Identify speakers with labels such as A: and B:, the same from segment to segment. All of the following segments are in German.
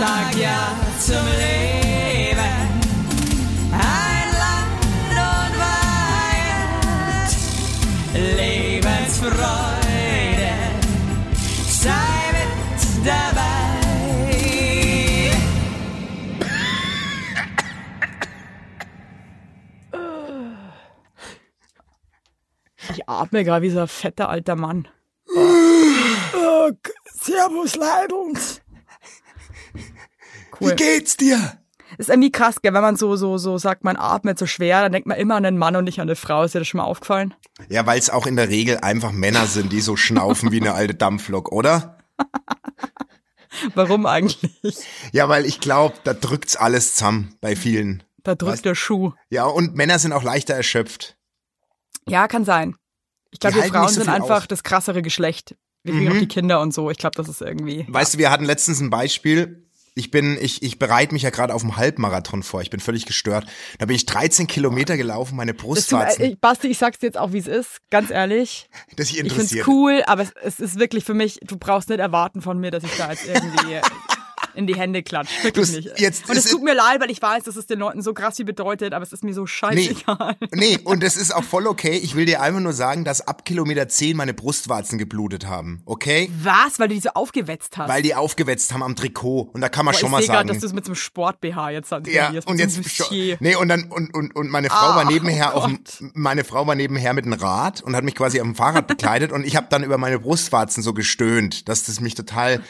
A: sag ja zum Leben. Ein Land und Wahrheit, Lebensfreude, sei mit dabei.
B: Ich atme gerade wie so ein fetter alter Mann.
C: Oh, Servus, Leidens.
B: Cool.
C: Wie geht's dir?
B: Ist irgendwie krass, gell, wenn man so, so, so sagt, man atmet so schwer, dann denkt man immer an einen Mann und nicht an eine Frau. Ist dir das schon mal aufgefallen?
C: Ja, weil es auch in der Regel einfach Männer sind, die so schnaufen wie eine alte Dampflok, oder?
B: Warum eigentlich?
C: Ja, weil ich glaube, da drückt's alles zusammen bei vielen.
B: Da drückt
C: Was?
B: der Schuh.
C: Ja, und Männer sind auch leichter erschöpft.
B: Ja, kann sein. Ich glaube,
C: Die
B: wir
C: halten nicht
B: Frauen
C: so
B: sind
C: viel
B: einfach
C: aus. Mhm.
B: das krassere Geschlecht. Wir kriegen auch die Kinder und so. Ich glaube, das ist irgendwie.
C: Weißt du, wir hatten letztens ein Beispiel. Ich bin, ich, ich bereite mich ja gerade auf einen Halbmarathon vor. Ich bin völlig gestört. Da bin ich 13 Kilometer gelaufen, meine
B: Das
C: Brust
B: tut,
C: warzen.
B: ich, Äh, Basti, ich sag's dir jetzt auch, wie es ist. Ganz ehrlich.
C: Das ich
B: Ich find's
C: interessiert.
B: cool, aber es, es ist wirklich für mich, du brauchst nicht erwarten von mir, dass ich da jetzt irgendwie in die Hände klatsche. Wirklich
C: Du-
B: nicht.
C: jetzt
B: und es
C: ist-
B: tut mir leid, weil ich weiß, dass es den Leuten so krass viel bedeutet, aber es ist mir so
C: Nee,
B: scheißegal.
C: nee, und das ist auch voll okay. Ich will dir einfach nur sagen, dass ab Kilometer 10 meine Brustwarzen geblutet haben, okay?
B: Was? Weil du die so aufgewetzt hast.
C: Weil die aufgewetzt haben am Trikot. Und da kann man
B: Boah,
C: schon
B: ich
C: mal
B: sehe gerade,
C: sagen.
B: dass du es mit so einem Sport-BH jetzt
C: ja,
B: trainierst,
C: und
B: mit so
C: jetzt
B: einem
C: schon-
B: Bustier.
C: nee und dann und und und meine Frau
B: Ah,
C: war nebenher
B: oh
C: auf dem,
B: Gott.
C: meine Frau war nebenher mit einem Rad und hat mich quasi auf dem Fahrrad bekleidet und ich habe dann über meine Brustwarzen so gestöhnt, dass das mich total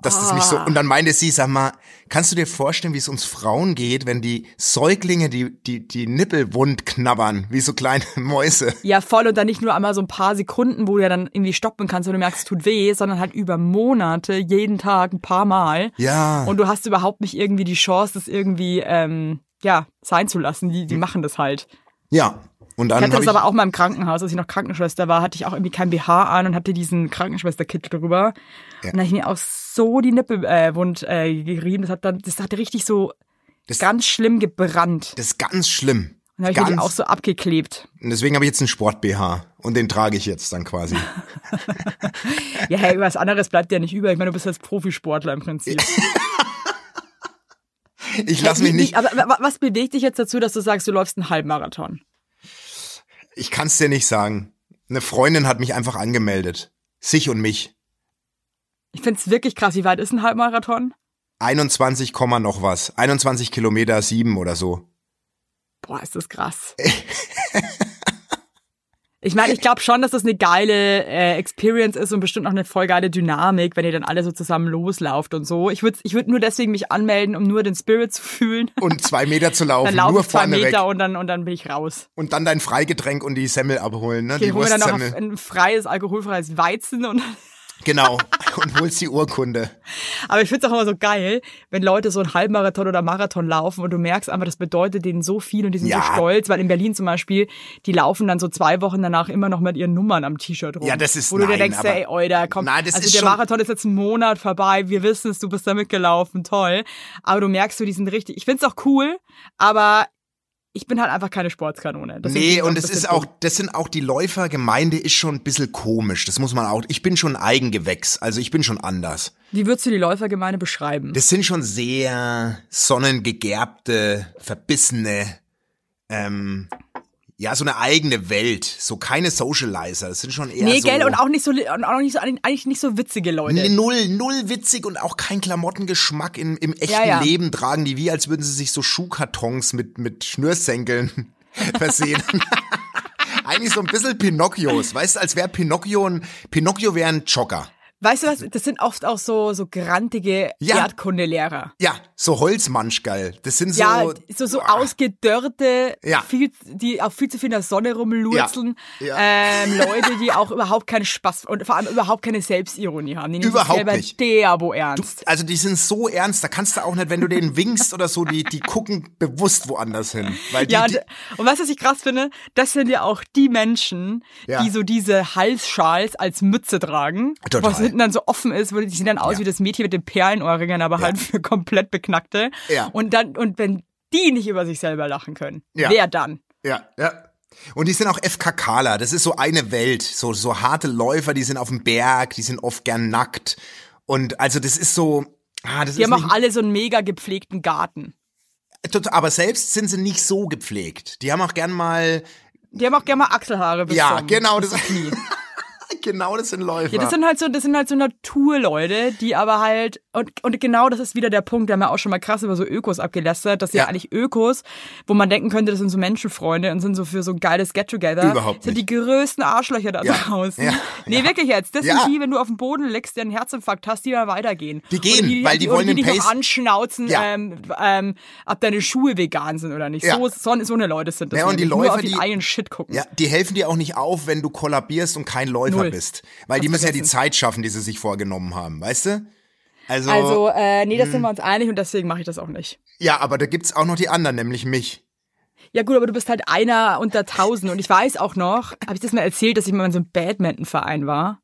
C: dass das mich so und dann meinte sie, sag mal, kannst du dir vorstellen, wie es uns Frauen geht, wenn die Säuglinge die die die Nippel wund knabbern, wie so kleine Mäuse.
B: Ja, voll und dann nicht nur einmal so ein paar Sekunden, wo du ja dann irgendwie stoppen kannst, wenn du merkst, es tut weh, sondern halt über Monate, jeden Tag, ein paar Mal.
C: Ja.
B: Und du hast überhaupt nicht irgendwie die Chance, das irgendwie, ähm, ja, sein zu lassen. Die, die machen das halt.
C: Ja, und dann
B: Ich hatte
C: Hm. hab
B: das aber auch mal im Krankenhaus, als ich noch Krankenschwester war, hatte ich auch irgendwie kein BH an und hatte diesen Krankenschwester-Kit drüber. Und da habe ich mir auch so die Nippel äh, wund äh, gerieben. Das hat dann, das hat richtig so
C: Das-
B: ganz schlimm gebrannt.
C: das ist ganz schlimm.
B: Und da habe ich mir die
C: ganz,
B: auch so abgeklebt.
C: und deswegen habe ich jetzt einen Sport BH und den trage ich jetzt dann quasi.
B: Ja, hey, was anderes bleibt dir nicht über. Ich meine, du bist jetzt Profisportler im Prinzip.
C: Ich lasse Äh, mich
B: Wie- wie-
C: nicht
B: Aber wa- was bewegt dich jetzt dazu, dass du sagst, du läufst einen Halbmarathon?
C: Ich kann es dir nicht sagen. Eine Freundin hat mich einfach angemeldet. Sich und mich.
B: Ich find's wirklich krass. Wie weit ist ein Halbmarathon?
C: 21, Komma noch was. 21 Kilometer sieben oder so.
B: Boah, ist das krass. Ich meine, ich glaube schon, dass das eine geile äh, Experience ist und bestimmt auch eine voll geile Dynamik, wenn ihr dann alle so zusammen loslauft und so. Ich würde ich würd nur deswegen mich anmelden, um nur den Spirit zu fühlen.
C: Und zwei Meter zu laufen,
B: Dann laufe
C: nur
B: ich zwei
C: vorne
B: Meter
C: weg.
B: und dann, und dann bin ich raus.
C: Und dann dein Freigetränk und die Semmel abholen, ne?
B: Ich
C: die
B: hole mir dann noch
C: Wurstsemmel.
B: ein freies, alkoholfreies Weizen und
C: Genau. Und holst die Urkunde.
B: Aber ich find's auch immer so geil, wenn Leute so einen Halbmarathon oder Marathon laufen und du merkst einfach, das bedeutet denen so viel und die sind
C: Ja.
B: so stolz, weil in Berlin zum Beispiel, die laufen dann so zwei Wochen danach immer noch mit ihren Nummern am T-Shirt rum.
C: Ja, das ist-
B: Wo du
C: nein,
B: dir denkst,
C: aber-
B: ey, Oida, komm,
C: Nein, das
B: also
C: ist
B: der
C: schon-
B: Marathon ist jetzt einen Monat vorbei, wir wissen es, du bist da mitgelaufen, toll. Aber du merkst, so, die sind richtig, ich find's auch cool, aber ich bin halt einfach keine Sportskanone. Deswegen
C: Nee,
B: find's
C: und
B: ein
C: es
B: bisschen
C: ist auch,
B: dumm.
C: das sind auch die Läufergemeinde ist schon ein bisschen komisch. Das muss man auch, ich bin schon ein Eigengewächs. Also ich bin schon anders.
B: Wie würdest du die Läufergemeinde beschreiben?
C: Das sind schon sehr sonnengegerbte, verbissene, ähm, ja, so eine eigene Welt. So keine Socializer. Das sind schon eher
B: Nee,
C: so.
B: gell, und auch nicht so, und auch nicht so, eigentlich nicht so witzige Leute.
C: Null, null witzig und auch kein Klamottengeschmack im, im echten
B: Ja, ja.
C: Leben tragen die, wie als würden sie sich so Schuhkartons mit, mit Schnürsenkeln versehen. Eigentlich so ein bisschen Pinocchios, weißt du, als wäre Pinocchio ein, Pinocchio wäre ein Jogger.
B: Weißt du was? Das sind oft auch so, so grantige
C: Also Ja.
B: Erdkundelehrer.
C: Ja, so Holzmanschgeil. Das sind so. Ah.
B: Ja, so, so ausgedörrte,
C: Ja.
B: viel, die auch viel zu viel in der Sonne rumlurzeln.
C: Ja. Ja.
B: Ähm, Leute, die auch überhaupt keinen Spaß und vor allem überhaupt keine Selbstironie haben. Die nehmen
C: Überhaupt
B: sich selber
C: nicht.
B: derbo ernst.
C: Also die sind so ernst, da kannst du auch nicht, wenn du denen winkst oder so, die, die gucken bewusst woanders hin. Weil die,
B: ja,
C: die,
B: und, und weißt du, was ich krass finde? Das sind ja auch die Menschen,
C: Ja.
B: die so diese Halsschals als Mütze tragen,
C: Total.
B: was hinten dann so offen ist, wo die sehen dann aus
C: Ja.
B: wie das Mädchen mit den Perlenohrringen, aber halt für komplett Beknackte.
C: Ja.
B: Und dann, und wenn die nicht über sich selber lachen können,
C: Ja.
B: wer dann?
C: ja, ja. Und die sind auch FKKler, das ist so eine Welt. So, so harte Läufer, die sind auf dem Berg, die sind oft gern nackt. Und also das ist so, Ah, das
B: Die
C: ist
B: haben auch
C: nicht, äh,
B: alle so einen mega gepflegten Garten.
C: tot- aber selbst sind sie nicht so gepflegt. Die haben auch gern mal,
B: Die haben auch gerne mal Achselhaare. Bis
C: ja,
B: zum-
C: genau
B: bis
C: das,
B: zum Knie.
C: genau das sind Läufer.
B: Ja, das sind halt so, das sind halt so Naturleute, die aber halt und, und genau das ist wieder der Punkt, da haben wir auch schon mal krass über so Ökos abgelästert, dass ja,
C: Ja.
B: eigentlich Ökos, wo man denken könnte, das sind so Menschenfreunde und sind so für so ein geiles Get-Together,
C: Überhaupt
B: sind
C: nicht.
B: die größten Arschlöcher da
C: Ja.
B: draußen.
C: Ja.
B: Nee, wirklich jetzt, das
C: Ja.
B: sind die, wenn du auf dem Boden liegst, der einen Herzinfarkt hast, die dann weitergehen.
C: Die gehen,
B: Und
C: weil die
B: und
C: wollen
B: die
C: den
B: dich noch
C: Pace-
B: anschnauzen,
C: Ja.
B: ähm, ähm, ob deine Schuhe vegan sind oder nicht.
C: Ja.
B: So, so, so eine Leute sind das.
C: Ja, und die
B: nämlich, nur
C: Läufer,
B: auf den
C: die-
B: eigenen Shit gucken.
C: Ja, die helfen dir auch nicht auf, wenn du kollabierst und kein Läufer
B: Null.
C: bist. Weil die
B: Hast
C: müssen ja die
B: vergessen.
C: Zeit schaffen, die sie sich vorgenommen haben, weißt du? Also,
B: Also, äh, nee, das
C: Hm.
B: sind wir uns einig und deswegen mache ich das auch nicht.
C: ja, aber da gibt's auch noch die anderen, nämlich mich.
B: Ja gut, aber du bist halt einer unter tausend. Und ich weiß auch noch, habe ich das mal erzählt, dass ich mal in so einem Badminton-Verein war?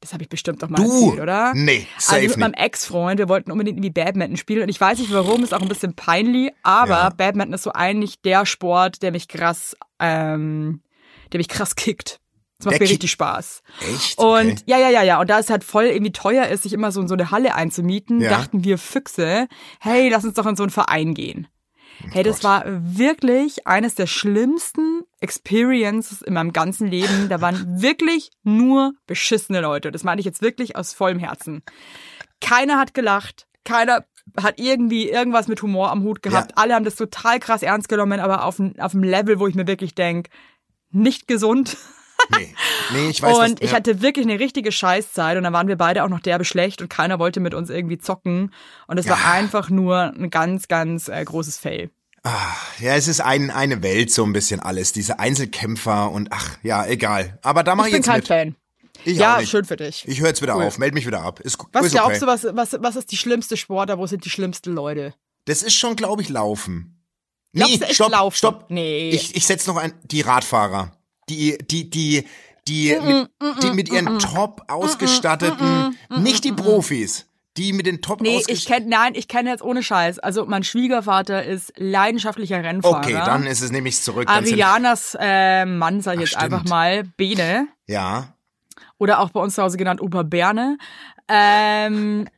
B: Das habe ich bestimmt doch mal
C: Mhm. Du?
B: erzählt, oder?
C: Nee, safe
B: Also mit meinem
C: nicht.
B: Ex-Freund, wir wollten unbedingt irgendwie Badminton spielen. Und ich weiß nicht warum, ist auch ein bisschen peinlich, aber
C: Ja.
B: Badminton ist so eigentlich der Sport, der mich krass, ähm, der mich krass kickt. Das macht
C: Der
B: mir
C: kick-
B: richtig Spaß.
C: Echt?
B: Und
C: Okay.
B: ja, ja, ja, ja. Und da es halt voll irgendwie teuer ist, sich immer so in so eine Halle einzumieten,
C: Ja.
B: dachten wir Füchse, hey, lass uns doch in so einen Verein gehen. Hey, das
C: Oh Gott.
B: war wirklich eines der schlimmsten Experiences in meinem ganzen Leben. Da waren wirklich nur beschissene Leute. Das meine ich jetzt wirklich aus vollem Herzen. Keiner hat gelacht, keiner hat irgendwie irgendwas mit Humor am Hut gehabt.
C: Ja.
B: Alle haben das total krass ernst genommen, aber auf, n- auf einem Level, wo ich mir wirklich denk, nicht gesund
C: Nee. nee, ich weiß
B: und
C: was,
B: ich
C: ja.
B: hatte wirklich eine richtige Scheißzeit und dann waren wir beide auch noch derbe schlecht und keiner wollte mit uns irgendwie zocken. Und es war einfach nur ein ganz, ganz äh, großes Fail.
C: ja, es ist ein, eine Welt so ein bisschen alles, diese Einzelkämpfer und ach, ja, egal. Aber da mache
B: Ich
C: ich
B: bin
C: jetzt
B: kein
C: mit.
B: Fan.
C: Ich auch
B: Ja,
C: nicht.
B: schön für dich.
C: Ich höre jetzt wieder
B: Cool.
C: auf, meld mich wieder ab. Ist,
B: Was
C: ist okay.
B: glaubst du, was, was, was ist die schlimmste Sportart? Wo sind die schlimmsten Leute?
C: Das ist schon, glaube ich, Laufen.
B: Glaubst du echt
C: stopp,
B: Laufen?
C: stopp.
B: Nee.
C: Ich, ich setz noch ein, die Radfahrer. Die, die, die, die, mit, die mit ihren top ausgestatteten, nicht die Profis, die mit den top
B: Nee, ich
C: ausgestatteten.
B: kenn, nein, ich kenne jetzt ohne Scheiß. Also mein Schwiegervater ist leidenschaftlicher Rennfahrer.
C: Okay, dann ist es nämlich zurück. Dann sind,
B: Arianas äh, Mann, sag ich
C: Ach,
B: jetzt
C: stimmt.
B: einfach mal, Bene.
C: ja.
B: oder auch bei uns zu Hause genannt Opa Berne, ähm,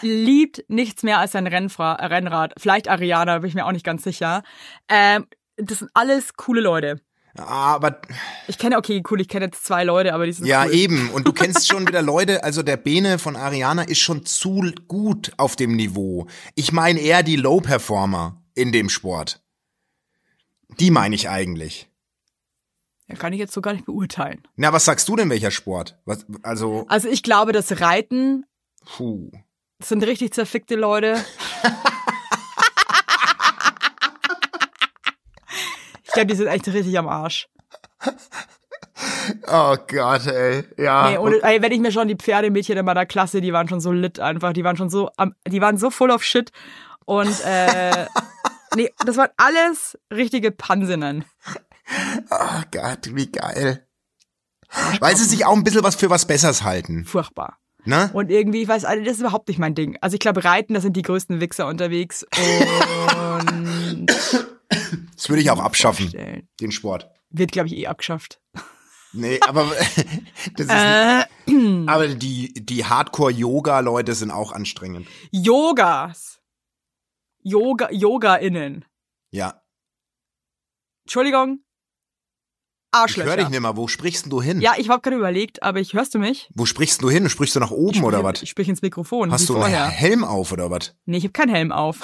B: liebt nichts mehr als sein Rennfra äh, Rennrad. Vielleicht Ariana, bin ich mir auch nicht ganz sicher. Ähm, das sind alles coole Leute.
C: Aber
B: Ich kenne, okay, cool, ich kenne jetzt zwei Leute, aber die sind
C: ja,
B: cool.
C: eben. Und du kennst schon wieder Leute, also der Bene von Ariana ist schon zu gut auf dem Niveau. Ich meine eher die Low-Performer in dem Sport. Die meine ich eigentlich.
B: Ja, Kann ich jetzt so gar nicht beurteilen.
C: Na, was sagst du denn, welcher Sport? Was, also,
B: Also ich glaube, das Reiten
C: puh.
B: das sind richtig zerfickte Leute. ich glaube, die sind echt richtig am Arsch.
C: Oh Gott, ey. Ja. Oh
B: Nee, ohne, ey, wenn ich mir schon die Pferdemädchen in meiner Klasse, die waren schon so lit einfach, die waren schon so, am, die waren so full of shit und äh, nee, das waren alles richtige Pansinnen.
C: oh Gott, wie geil. Weil sie sich auch ein bisschen was für was Besseres halten.
B: Furchtbar.
C: Ne?
B: Und irgendwie, ich weiß, also, das ist überhaupt nicht mein Ding. Also ich glaube, Reiten, das sind die größten Wichser unterwegs. Und
C: Das würde ich auch abschaffen,
B: Stellen.
C: den Sport.
B: wird, glaube ich, eh abgeschafft.
C: Nee, aber das ist
B: Äh,
C: nicht, aber die die Hardcore Yoga Leute sind auch anstrengend.
B: Yogas. Yoga, Yoga-Innen.
C: Ja.
B: Entschuldigung.
C: Ich
B: Arschlöcher.
C: höre dich nicht mehr. Wo sprichst denn du hin?
B: Ja, ich habe gerade überlegt, aber ich hörst du mich?
C: Wo sprichst denn du hin? Sprichst du nach oben
B: ich
C: oder
B: sprich-
C: was?
B: Ich sprich ins Mikrofon. wie
C: Hast du einen
B: vorher.
C: Helm auf oder was?
B: Nee, ich habe keinen Helm auf.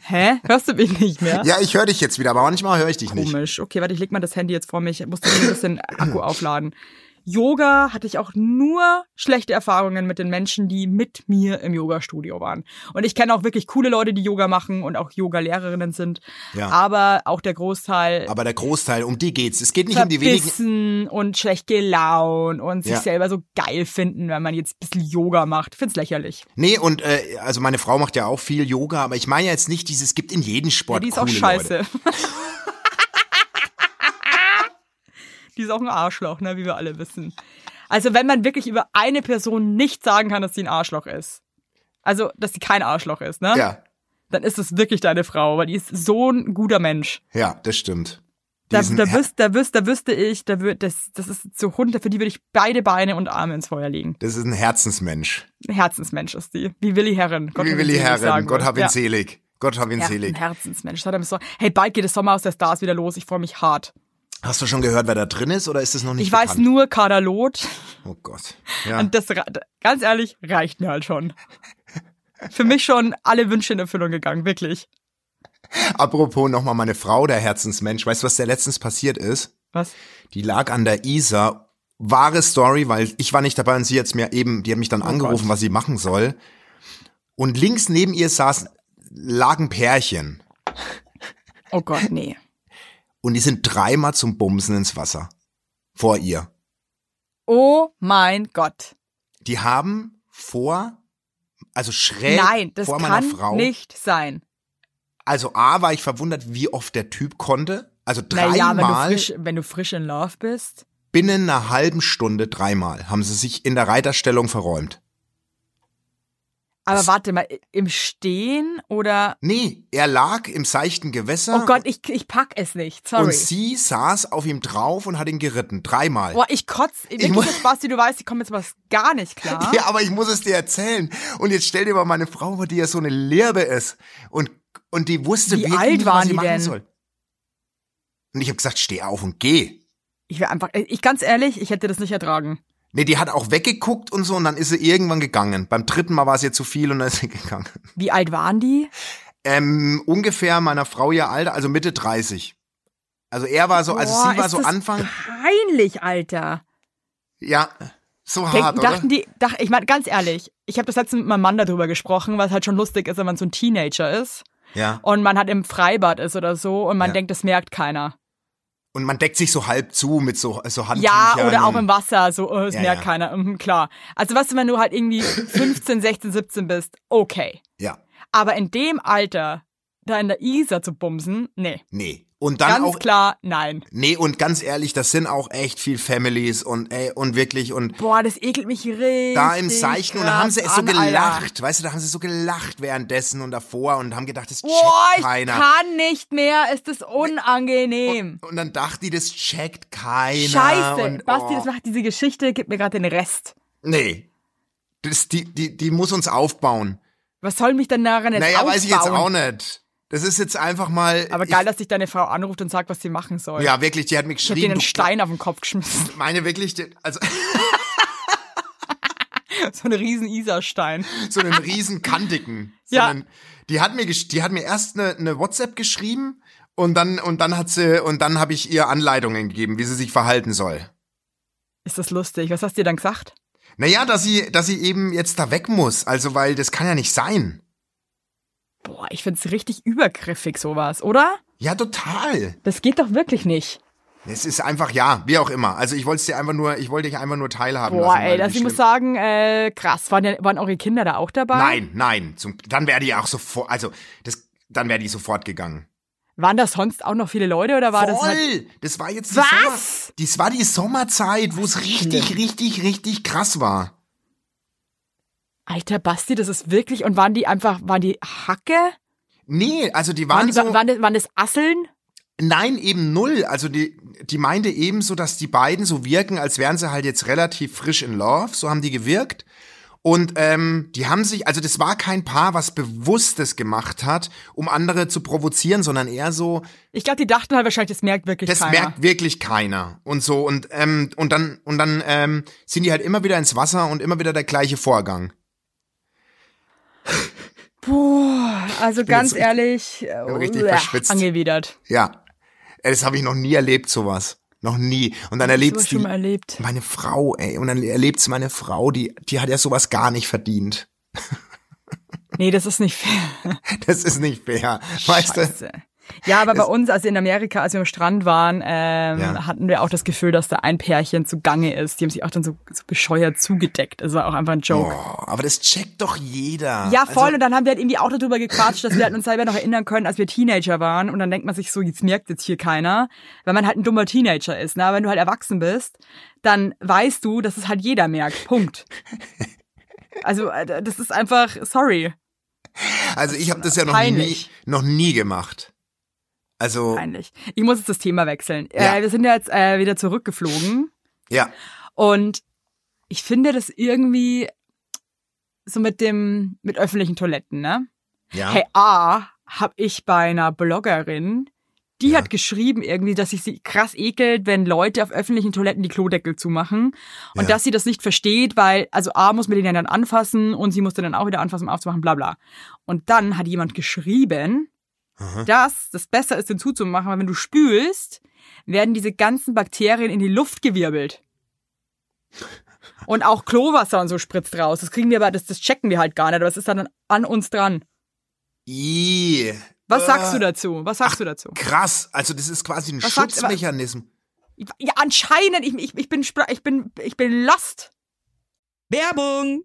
B: Hä? Hörst du mich nicht mehr?
C: Ja, ich höre dich jetzt wieder, aber manchmal höre ich dich nicht.
B: Komisch. Okay, warte, ich leg mal das Handy jetzt vor mich. Ich muss da ein bisschen Akku aufladen. Yoga hatte ich auch nur schlechte Erfahrungen mit den Menschen, die mit mir im Yoga-Studio waren. Und ich kenne auch wirklich coole Leute, die Yoga machen und auch Yoga-Lehrerinnen sind.
C: Ja.
B: Aber auch der Großteil
C: Aber der Großteil, um die geht's. Es geht nicht um die wenigen.
B: verbissen und schlecht gelaunt und sich
C: Ja.
B: selber so geil finden, wenn man jetzt ein bisschen Yoga macht. Ich find's lächerlich.
C: Nee, und äh, also meine Frau macht ja auch viel Yoga, aber ich meine ja jetzt nicht dieses, es gibt in jedem
B: Ja,
C: Sport
B: die ist auch
C: coole
B: scheiße.
C: Leute.
B: die ist auch ein Arschloch, ne, wie wir alle wissen. Also, wenn man wirklich über eine Person nicht sagen kann, dass sie ein Arschloch ist. Also, dass sie kein Arschloch ist, ne?
C: Ja,
B: Dann ist es wirklich deine Frau, weil die ist so ein guter Mensch.
C: ja, das stimmt.
B: Da,
C: Diesen-
B: da, wüs, da, wüs, da wüsste ich, da wür, das, das ist so Hund, für die würde ich beide Beine und Arme ins Feuer legen.
C: Das ist ein Herzensmensch.
B: Herzensmensch ist die. Wie Willi Herren. Gott
C: Wie
B: hab
C: will
B: ihn
C: die
B: selig,
C: Herren,
B: sagen
C: Gott
B: wir.
C: hab ihn
B: Ja.
C: selig. Gott hab ihn
B: Ja, ein
C: selig.
B: Herzensmensch. Das hat er mir so, hey, bald geht der Sommer aus der Stars wieder los. Ich freue mich hart.
C: Hast du schon gehört, wer da drin ist oder ist es noch nicht
B: Ich weiß
C: bekannt?
B: nur Kaderlot.
C: Oh Gott. Ja.
B: Und das, ra- ganz ehrlich, reicht mir halt schon. Für mich schon alle Wünsche in Erfüllung gegangen, wirklich.
C: Apropos nochmal meine Frau, der Herzensmensch. Weißt du, was der letztens passiert ist?
B: Was?
C: Die lag an der Isar. Wahre Story, weil ich war nicht dabei und sie jetzt mir eben, die hat mich dann
B: Oh
C: angerufen,
B: Gott.
C: was sie machen soll. Und links neben ihr saß, lagen Pärchen.
B: Oh Gott, nee.
C: Und die sind dreimal zum Bumsen ins Wasser. Vor ihr.
B: Oh mein Gott.
C: Die haben vor, also schräg
B: Nein, das
C: vor meiner
B: kann
C: Frau.
B: nicht sein.
C: Also A war ich verwundert, wie oft der Typ konnte. Also
B: Naja,
C: dreimal
B: wenn du, frisch, wenn du frisch in Love bist.
C: binnen einer halben Stunde dreimal haben sie sich in der Reiterstellung verräumt.
B: Aber
C: Das-
B: warte mal, im Stehen oder.
C: Nee, er lag im seichten Gewässer
B: Oh Gott, ich, ich pack es nicht. Sorry.
C: Ah. und sie saß auf ihm drauf und hat ihn geritten. Dreimal.
B: Boah, ich kotze. Wirklich,
C: muss-
B: jetzt, Basti, du weißt, ich komme jetzt was gar nicht klar.
C: Ja, aber ich muss es dir erzählen. Und jetzt stell dir mal meine Frau vor, die ja so eine Lirbe ist. Und, und die wusste
B: Wie
C: wirklich
B: alt
C: nicht,
B: waren
C: was sie
B: die
C: machen
B: denn?
C: soll. Und ich habe gesagt, steh auf und geh.
B: Ich wäre einfach. äh, Ich ganz ehrlich, ich hätte das nicht ertragen.
C: Nee, die hat auch weggeguckt und so und dann ist sie irgendwann gegangen. Beim dritten Mal war es ihr zu viel und dann ist sie gegangen.
B: Wie alt waren die?
C: Ähm, ungefähr meiner Frau ihr Alter, also Mitte 30. Also er war so, also
B: Boah,
C: sie war
B: ist
C: so
B: das
C: Anfang,
B: Peinlich, Alter.
C: ja, so hart,
B: Denken,
C: oder?
B: dachten die, dach, ich meine, ganz ehrlich, ich habe das letzte mit meinem Mann darüber gesprochen, was halt schon lustig ist, wenn man so ein Teenager ist
C: ja.
B: und man halt im Freibad ist oder so und man
C: Ja.
B: denkt, das merkt keiner.
C: Und man deckt sich so halb zu mit so, so
B: Ja,
C: Handtüchern.
B: oder auch
C: und-
B: im Wasser, so, oh, das
C: Ja,
B: merkt
C: ja.
B: keiner, mhm, klar. Also, weißt du, wenn du halt irgendwie 15, 16, 17 bist, okay.
C: Ja,
B: Aber in dem Alter, da in der Isar zu bumsen, nee.
C: nee. Und dann
B: ganz
C: auch,
B: klar, nein.
C: nee, und ganz ehrlich, das sind auch echt viel Families und ey, und wirklich und
B: Boah, das ekelt mich richtig.
C: da im Seichen und da haben sie
B: krass
C: so
B: an, Alter.
C: gelacht, weißt du, da haben sie so gelacht währenddessen und davor und haben gedacht, das checkt
B: Boah, ich
C: keiner.
B: kann nicht mehr, es ist unangenehm.
C: Und dann dachte die, das checkt keiner.
B: Scheiße,
C: Oh, und,
B: Basti,
C: oh.
B: das macht diese Geschichte, gibt mir gerade den Rest.
C: Nee. Das, die, die, die muss uns aufbauen.
B: Was soll mich denn daran jetzt
C: naja,
B: aufbauen?
C: weiß ich jetzt auch nicht. Das ist jetzt einfach mal.
B: Aber geil, dass dich deine Frau anruft und sagt, was sie machen soll.
C: ich, Ja, wirklich, die hat mir
B: ich hab dir
C: geschrieben.
B: einen
C: du-
B: Stein auf den Kopf geschmissen.
C: Meine wirklich, die- also
B: so einen riesen Isarstein.
C: so einen riesen kantigen. So
B: Ja.
C: Einen, die hat mir, gesch- die hat mir erst eine, eine WhatsApp geschrieben und dann und dann hat sie und dann habe ich ihr Anleitungen gegeben, wie sie sich verhalten soll.
B: Ist das lustig? Was hast du dir dann gesagt?
C: Naja, dass sie, dass sie eben jetzt da weg muss. Also weil das kann ja nicht sein.
B: Boah, ich find's richtig übergriffig, sowas, oder?
C: Ja, total.
B: Das geht doch wirklich nicht.
C: Es ist einfach ja, wie auch immer. Also ich wollte es dir einfach nur, ich wollte dich einfach nur teilhaben
B: Boah,
C: lassen. weil
B: ey, das,
C: wie
B: ich muss sagen,
C: schlimm-
B: äh, krass. Waren, denn- waren eure Kinder da auch dabei?
C: Nein, nein. Zum, dann wäre die auch sofort, also das, dann wäre die sofort gegangen.
B: Waren da sonst auch noch viele Leute oder war das
C: Voll!
B: halt,
C: das war jetzt die
B: Was?
C: Sommer, das war die Sommerzeit, wo es richtig, richtig, richtig krass war.
B: Alter Basti, das ist wirklich und waren die einfach waren die Hacke?
C: Nee, also die
B: Waren,
C: waren,
B: die,
C: so,
B: waren, das, waren das Asseln?
C: nein, eben null. Also die, die meinte eben so, dass die beiden so wirken, als wären sie halt jetzt relativ frisch in Love. So haben die gewirkt. Und ähm, die haben sich, also das war kein Paar, was Bewusstes gemacht hat, um andere zu provozieren, sondern eher so,
B: Ich glaube, die dachten halt wahrscheinlich, das merkt wirklich
C: Das
B: keiner.
C: merkt wirklich keiner und so und ähm, und dann und dann ähm, sind die halt immer wieder ins Wasser und immer wieder der gleiche Vorgang.
B: Boah, also ganz
C: jetzt richtig-
B: ehrlich,
C: richtig
B: uah,
C: verschwitzt.
B: angewidert.
C: Ja, Äh, das habe ich noch nie erlebt sowas, noch nie. Und dann
B: Das
C: erlebst
B: schon
C: du
B: mal erlebt.
C: meine Frau, ey, und dann erlebst du meine Frau, die die hat ja sowas gar nicht verdient.
B: Nee, das ist nicht fair.
C: Das ist nicht fair, weißt du?
B: Scheiße. Ja, aber bei uns, also in Amerika, als wir am Strand waren, ähm,
C: Ja.
B: hatten wir auch das Gefühl, dass da ein Pärchen zugange ist. Die haben sich auch dann so, so bescheuert zugedeckt. Das war auch einfach ein Joke.
C: Boah, aber das checkt doch jeder.
B: Ja, voll.
C: Also,
B: und dann haben wir halt irgendwie auch darüber gequatscht, dass wir halt uns selber noch erinnern können, als wir Teenager waren. Und dann denkt man sich so, jetzt merkt jetzt hier keiner, weil man halt ein dummer Teenager ist. Ne? Aber wenn du halt erwachsen bist, dann weißt du, dass es halt jeder merkt. Punkt. Also äh, das ist einfach, sorry.
C: also ich habe das ja noch nie
B: peinlich.
C: noch nie gemacht. Also,
B: Peinlich. Ich muss jetzt das Thema wechseln.
C: Ja.
B: Äh, wir sind ja jetzt äh, wieder zurückgeflogen.
C: ja.
B: Und ich finde das irgendwie so mit dem, mit öffentlichen Toiletten, ne?
C: Ja.
B: Hey, A, habe ich bei einer Bloggerin, die hat geschrieben irgendwie, dass sich sie krass ekelt, wenn Leute auf öffentlichen Toiletten die Klodeckel zumachen und
C: Ja.
B: dass sie das nicht versteht, weil, also A, muss man den ja dann anfassen und sie musste dann auch wieder anfassen, um aufzumachen, bla bla. Und dann hat jemand geschrieben,
C: Aha.
B: dass das besser ist, den zuzumachen, weil wenn du spülst, werden diese ganzen Bakterien in die Luft gewirbelt. Und auch Klowasser und so spritzt raus. Das kriegen wir aber, das, das checken wir halt gar nicht, aber es ist dann an uns dran.
C: I.
B: Was
C: Äh,
B: sagst du dazu? Was sagst du dazu?
C: Krass, also das ist quasi ein
B: Was sagt-
C: Schutzmechanismus.
B: Ja, anscheinend, ich, ich, ich bin spra- ich bin ich bin lost.
A: Werbung!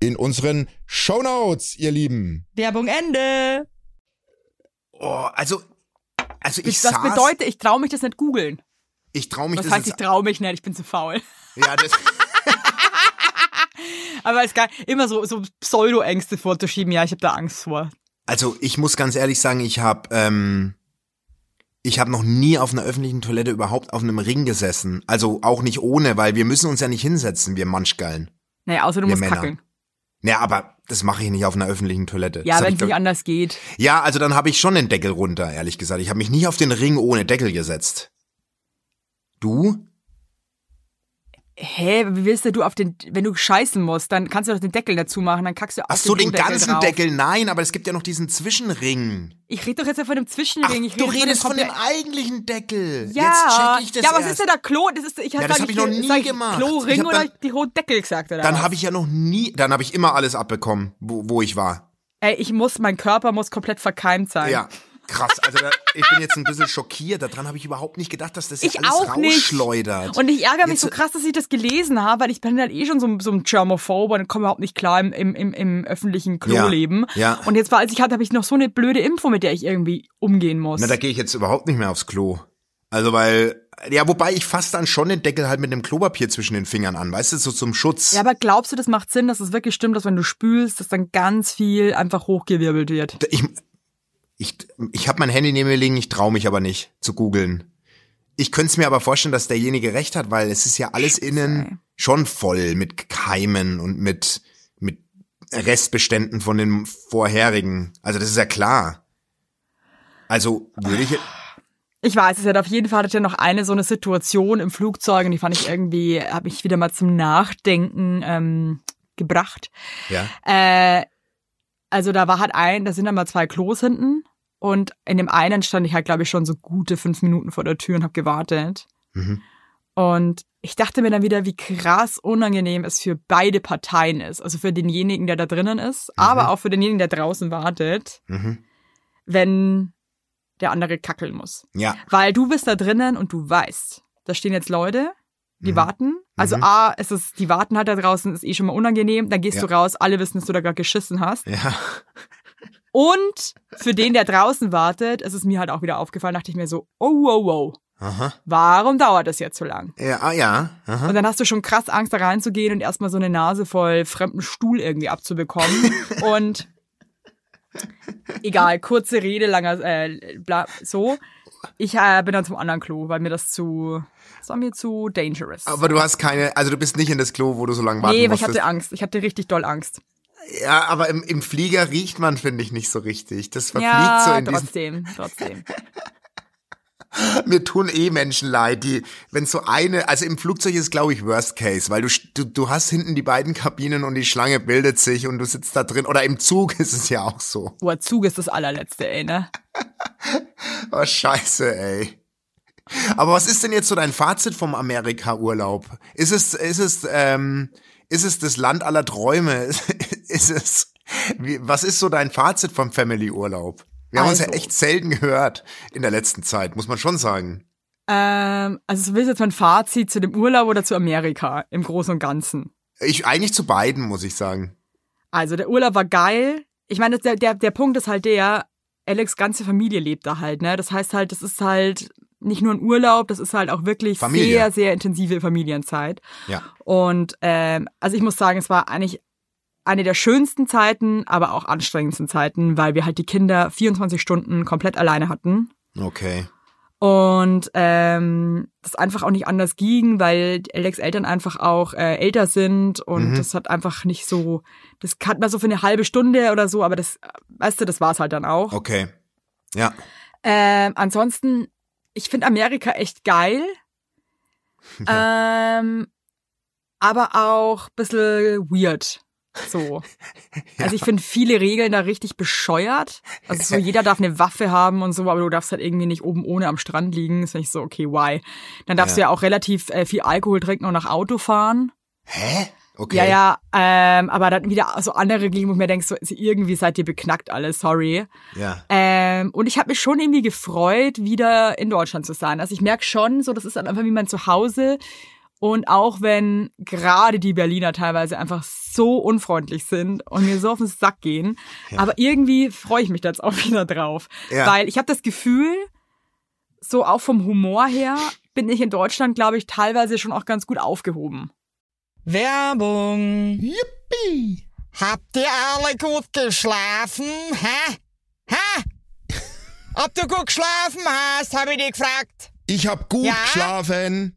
D: in unseren Shownotes, ihr Lieben.
A: Werbung Ende.
C: Oh, also, also ich,
B: das
C: saß,
B: bedeutet, ich traue mich das nicht googeln.
C: ich traue mich
B: Das
C: das
B: heißt, ich
C: jetzt,
B: traue mich nicht, ich bin zu faul.
C: ja, das,
B: Aber ist geil, immer so, so Pseudo-Ängste vorzuschieben. Ja, ich habe da Angst vor.
C: also ich muss ganz ehrlich sagen, ich habe ähm, ich habe noch nie auf einer öffentlichen Toilette überhaupt auf einem Ring gesessen. Also auch nicht ohne, weil wir müssen uns ja nicht hinsetzen, wir Manschgallen.
B: Naja, außer du
C: Wir
B: musst
C: Männer.
B: kackeln.
C: Ja, aber das mache ich nicht auf einer öffentlichen Toilette.
B: Ja,
C: Das hab
B: wenn
C: ich,
B: es
C: glaub-
B: nicht anders geht.
C: ja, also dann habe ich schon den Deckel runter, ehrlich gesagt. Ich habe mich nie auf den Ring ohne Deckel gesetzt. Du?
B: Hä, wie willst du auf den, wenn du scheißen musst, dann kannst du doch den Deckel dazu machen, dann kackst du auf
C: Ach so, den
B: Klodeckel
C: ganzen
B: drauf.
C: Deckel, nein, aber es gibt ja noch diesen Zwischenring.
B: Ich rede doch jetzt ja von dem
C: Ach,
B: Zwischenring. ich
C: du
B: rede
C: redest von dem
B: komple-
C: eigentlichen Deckel.
B: Ja,
C: Jetzt check ich das
B: ja, was
C: erst.
B: ist denn da Klo? Das ist, ich
C: Ja, das
B: sag
C: hab ich noch nie
B: sag ich
C: gemacht. Ich
B: Klo-Ring
C: hab
B: oder
C: dann-
B: die rote Deckel gesagt, oder?
C: Dann
B: was?
C: habe ich ja noch nie, dann habe ich immer alles abbekommen, wo, wo ich war.
B: Ey, ich muss, mein Körper muss komplett verkeimt sein.
C: Ja, krass. Also da, ich bin jetzt ein bisschen schockiert. Daran habe ich überhaupt nicht gedacht, dass das ja
B: Ich
C: alles
B: auch nicht.
C: rausschleudert.
B: Und ich ärgere mich
C: Jetzt-
B: so krass, dass ich das gelesen habe, weil ich bin halt eh schon so, ein- so ein Germophob und komme überhaupt nicht klar im, im, im, im öffentlichen Kloleben.
C: ja.
B: Und jetzt war, als ich hatte, habe ich noch so eine blöde Info, mit der ich irgendwie umgehen muss.
C: Na, da gehe ich jetzt überhaupt nicht mehr aufs Klo. Also weil, ja, wobei ich fasse dann schon den Deckel halt mit dem Klopapier zwischen den Fingern an, weißt du, so zum Schutz.
B: ja, aber glaubst du, das macht Sinn, dass es wirklich stimmt, dass wenn du spülst, dass dann ganz viel einfach hochgewirbelt wird?
C: ich ich, ich habe mein Handy neben mir liegen, ich traue mich aber nicht zu googeln. Ich könnte es mir aber vorstellen, dass derjenige recht hat, weil es ist ja alles innen schon voll mit Keimen und mit, mit Restbeständen von den vorherigen. Also das ist ja klar. Also würde ich,
B: Ich weiß es ja, auf jeden Fall hatte ich ja noch eine so eine Situation im Flugzeug und die fand ich irgendwie, habe ich wieder mal zum Nachdenken ähm, gebracht.
C: ja,
B: Äh, also da war halt ein, da sind dann mal zwei Klos hinten und in dem einen stand ich halt, glaube ich, schon so gute fünf Minuten vor der Tür und habe gewartet.
C: Mhm.
B: Und ich dachte mir dann wieder, wie krass unangenehm es für beide Parteien ist. Also für denjenigen, der da drinnen ist, aber auch für denjenigen, der draußen wartet,
C: mhm.
B: wenn der andere kackeln muss.
C: ja,
B: Weil du bist da drinnen und du weißt, da stehen jetzt Leute, die
C: Mhm.
B: warten. Also
C: Mhm.
B: A, es ist, die warten halt da draußen, ist eh schon mal unangenehm. Dann gehst
C: Ja.
B: du raus, alle wissen, dass du da gerade geschissen hast.
C: ja.
B: Und für den, der draußen wartet, es ist mir halt auch wieder aufgefallen, dachte ich mir so, oh, wow, wow.
C: Aha.
B: Warum dauert das jetzt so lang?
C: Ja, ah, ja. Aha.
B: Und dann hast du schon krass Angst, da reinzugehen und erstmal so eine Nase voll fremden Stuhl irgendwie abzubekommen. und egal, kurze Rede, langer, äh, bla, so. Ich äh, bin dann zum anderen Klo, weil mir das zu, das war mir zu dangerous.
C: Aber du hast keine, also du bist nicht in das Klo, wo du so lange warten
B: nee, weil ich
C: musstest.
B: hatte Angst. Ich hatte richtig doll Angst.
C: ja, aber im, im Flieger riecht man, finde ich, nicht so richtig. Das verfliegt so
B: Ja,
C: in diesen.
B: trotzdem, trotzdem.
C: Mir tun eh Menschen leid, die, wenn so eine, also im Flugzeug ist, glaube ich, Worst Case, weil du, sch- du, du hast hinten die beiden Kabinen und die Schlange bildet sich und du sitzt da drin. Oder im Zug ist es ja auch so.
B: Boah, Zug ist das allerletzte, ey, ne?
C: Oh, scheiße, ey. Aber was ist denn jetzt so dein Fazit vom Amerika-Urlaub? Ist es, ist es, ähm, ist es das Land aller Träume? Ist es, wie, was ist so dein Fazit vom Family-Urlaub? Wir haben uns ja
B: Also.
C: echt selten gehört in der letzten Zeit, muss man schon sagen.
B: Ähm, also, willst du jetzt mein Fazit zu dem Urlaub oder zu Amerika im Großen und Ganzen?
C: Ich, eigentlich zu beiden, muss ich sagen.
B: Also der Urlaub war geil. Ich meine, der, der, der Punkt ist halt der, Alex' ganze Familie lebt da halt, ne? Das heißt halt, das ist halt nicht nur ein Urlaub, das ist halt auch wirklich
C: Familie.
B: sehr, sehr intensive Familienzeit.
C: Ja.
B: Und ähm, also ich muss sagen, es war eigentlich eine der schönsten Zeiten, aber auch anstrengendsten Zeiten, weil wir halt die Kinder 24 Stunden komplett alleine hatten.
C: Okay.
B: Und ähm, das einfach auch nicht anders ging, weil Alex Eltern einfach auch äh, älter sind und
C: Mhm.
B: das hat einfach nicht so, das hat man so für eine halbe Stunde oder so, aber das, äh, weißt du, das war's halt dann auch.
C: Okay. Ja.
B: Ähm, ansonsten, ich finde Amerika echt geil. ähm, aber auch ein bisschen weird. So. Also ich finde viele Regeln da richtig bescheuert. Also so jeder darf eine Waffe haben und so, aber du darfst halt irgendwie nicht oben ohne am Strand liegen. Ist nicht so, okay, why? Dann darfst
C: Ja.
B: du ja auch relativ äh, viel Alkohol trinken und nach Auto fahren.
C: Hä? Okay.
B: Ja, ja, ähm, aber dann wieder so andere Regeln, wo ich mir denkst, so, irgendwie seid ihr beknackt alle, sorry.
C: Ja.
B: Ähm, und ich habe mich schon irgendwie gefreut, wieder in Deutschland zu sein. Also ich merke schon, so das ist dann einfach wie mein Zuhause. Und auch wenn gerade die Berliner teilweise einfach so unfreundlich sind und mir so auf den Sack gehen, aber irgendwie freue ich mich da jetzt auch wieder drauf.
C: Ja.
B: Weil ich habe das Gefühl, so auch vom Humor her, bin ich in Deutschland, glaube ich, teilweise schon auch ganz gut aufgehoben.
A: Werbung.
E: Yippie! Habt ihr alle gut geschlafen? Hä? Hä? Ob du gut geschlafen hast, habe ich dich gefragt.
D: Ich hab gut
E: Ja?
D: geschlafen.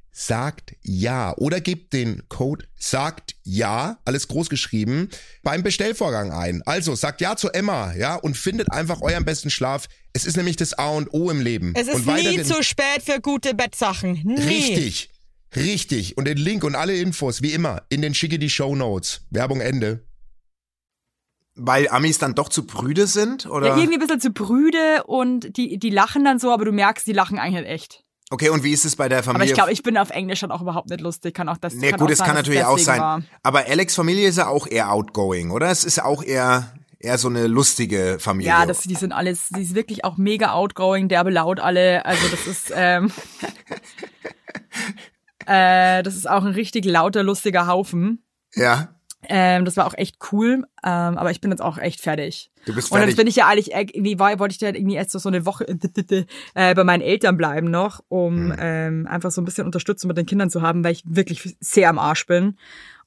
D: sagt ja oder gebt den Code sagt ja, alles groß geschrieben, beim Bestellvorgang ein. Also sagt ja zu Emma, ja, und findet einfach euren besten Schlaf. Es ist nämlich das A und O im Leben.
A: Es ist
D: und weiter
A: nie
D: den-
A: zu spät für gute Bettsachen. Nie.
D: Richtig. Richtig. Und den Link und alle Infos, wie immer, in den schicke die Show Notes. Werbung Ende.
C: Weil Amis dann doch zu prüde sind? Oder?
B: Ja, irgendwie ein bisschen zu brüde und die, die lachen dann so, aber du merkst, die lachen eigentlich nicht echt.
C: okay, und wie ist es bei der Familie?
B: Aber ich glaube, ich bin auf Englisch dann auch überhaupt nicht lustig. Kann auch das
C: Nee,
B: kann
C: gut,
B: auch
C: es
B: sein,
C: kann
B: dass es
C: natürlich auch
B: deswegen
C: sein.
B: War.
C: Aber Alex' Familie ist ja auch eher outgoing, oder? Es ist auch eher, eher so eine lustige Familie.
B: Ja, das, die sind alles, die ist wirklich auch mega outgoing, derbe laut alle. Also das ist, ähm, äh, das ist auch ein richtig lauter, lustiger Haufen.
C: ja.
B: Ähm, Ähm, das war auch echt cool, ähm, aber ich bin jetzt auch echt fertig.
C: Du bist
B: Und
C: fertig.
B: jetzt bin ich ja eigentlich, äh, irgendwie war, wollte ich dann irgendwie erst noch so eine Woche äh, bei meinen Eltern bleiben noch, um
C: Mhm.
B: ähm, einfach so ein bisschen Unterstützung mit den Kindern zu haben, weil ich wirklich sehr am Arsch bin.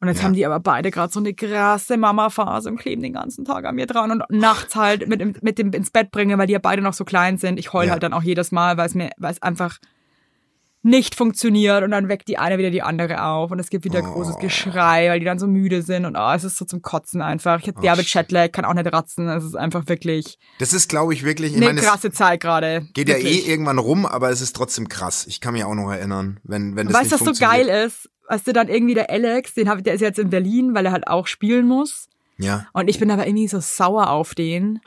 B: Und jetzt haben die aber beide gerade so eine krasse Mama-Phase und kleben den ganzen Tag an mir dran und nachts halt mit, dem- mit dem ins Bett bringen, weil die ja beide noch so klein sind. Ich heul
C: Ja.
B: halt dann auch jedes Mal, weil es mir, weil es einfach nicht funktioniert und dann weckt die eine wieder die andere auf und es gibt
C: Oh.
B: wieder großes Geschrei, weil die dann so müde sind und oh, es ist so zum Kotzen einfach.
C: Oh,
B: Ich hab derbe Chatlag, kann auch nicht ratzen. Es ist einfach wirklich
C: Das ist, glaube ich, wirklich, ich
B: eine
C: meine, es
B: krasse Zeit gerade.
C: geht ja eh
B: wirklich.
C: irgendwann rum, aber es ist trotzdem krass. Ich kann mich auch noch erinnern, wenn, wenn das
B: Weißt du,
C: nicht
B: was so
C: funktioniert.
B: geil ist? Weißt du, dann irgendwie der Alex, den hab, der ist jetzt in Berlin, weil er halt auch spielen muss.
C: Ja,
B: Und ich bin aber irgendwie so sauer auf den,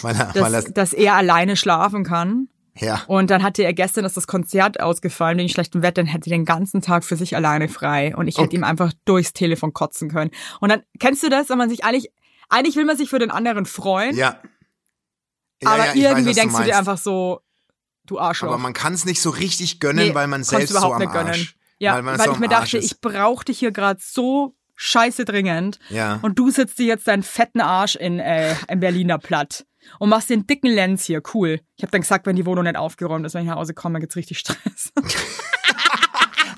C: weil er, weil
B: dass,
C: er,
B: dass er alleine schlafen kann.
C: ja.
B: Und dann hatte er gestern ist das Konzert ausgefallen wegen schlechtem Wetter, dann hätte er den ganzen Tag für sich alleine frei und ich hätte ihm einfach durchs Telefon kotzen können. Und dann kennst du das, wenn man sich eigentlich eigentlich will man sich für den anderen freuen,
C: Ja. Ja,
B: aber
C: ja, ich weiß,
B: irgendwie
C: was
B: denkst du, dir
C: meinst.
B: einfach so du Arschloch.
C: Aber man kann es nicht so richtig gönnen,
B: Nee,
C: weil man
B: kannst
C: selbst
B: du überhaupt
C: so am
B: nicht gönnen.
C: Arsch.
B: ja, weil,
C: weil man so
B: ich
C: am
B: mir
C: Arsch
B: dachte,
C: ist.
B: ich brauche dich hier gerade so scheiße dringend
C: Ja.
B: und du sitzt dir jetzt deinen fetten Arsch in äh, im Berliner Platt. Und machst den dicken Lenz hier, cool. Ich habe dann gesagt, wenn die Wohnung nicht aufgeräumt ist, wenn ich nach Hause komme, gibt's richtig Stress.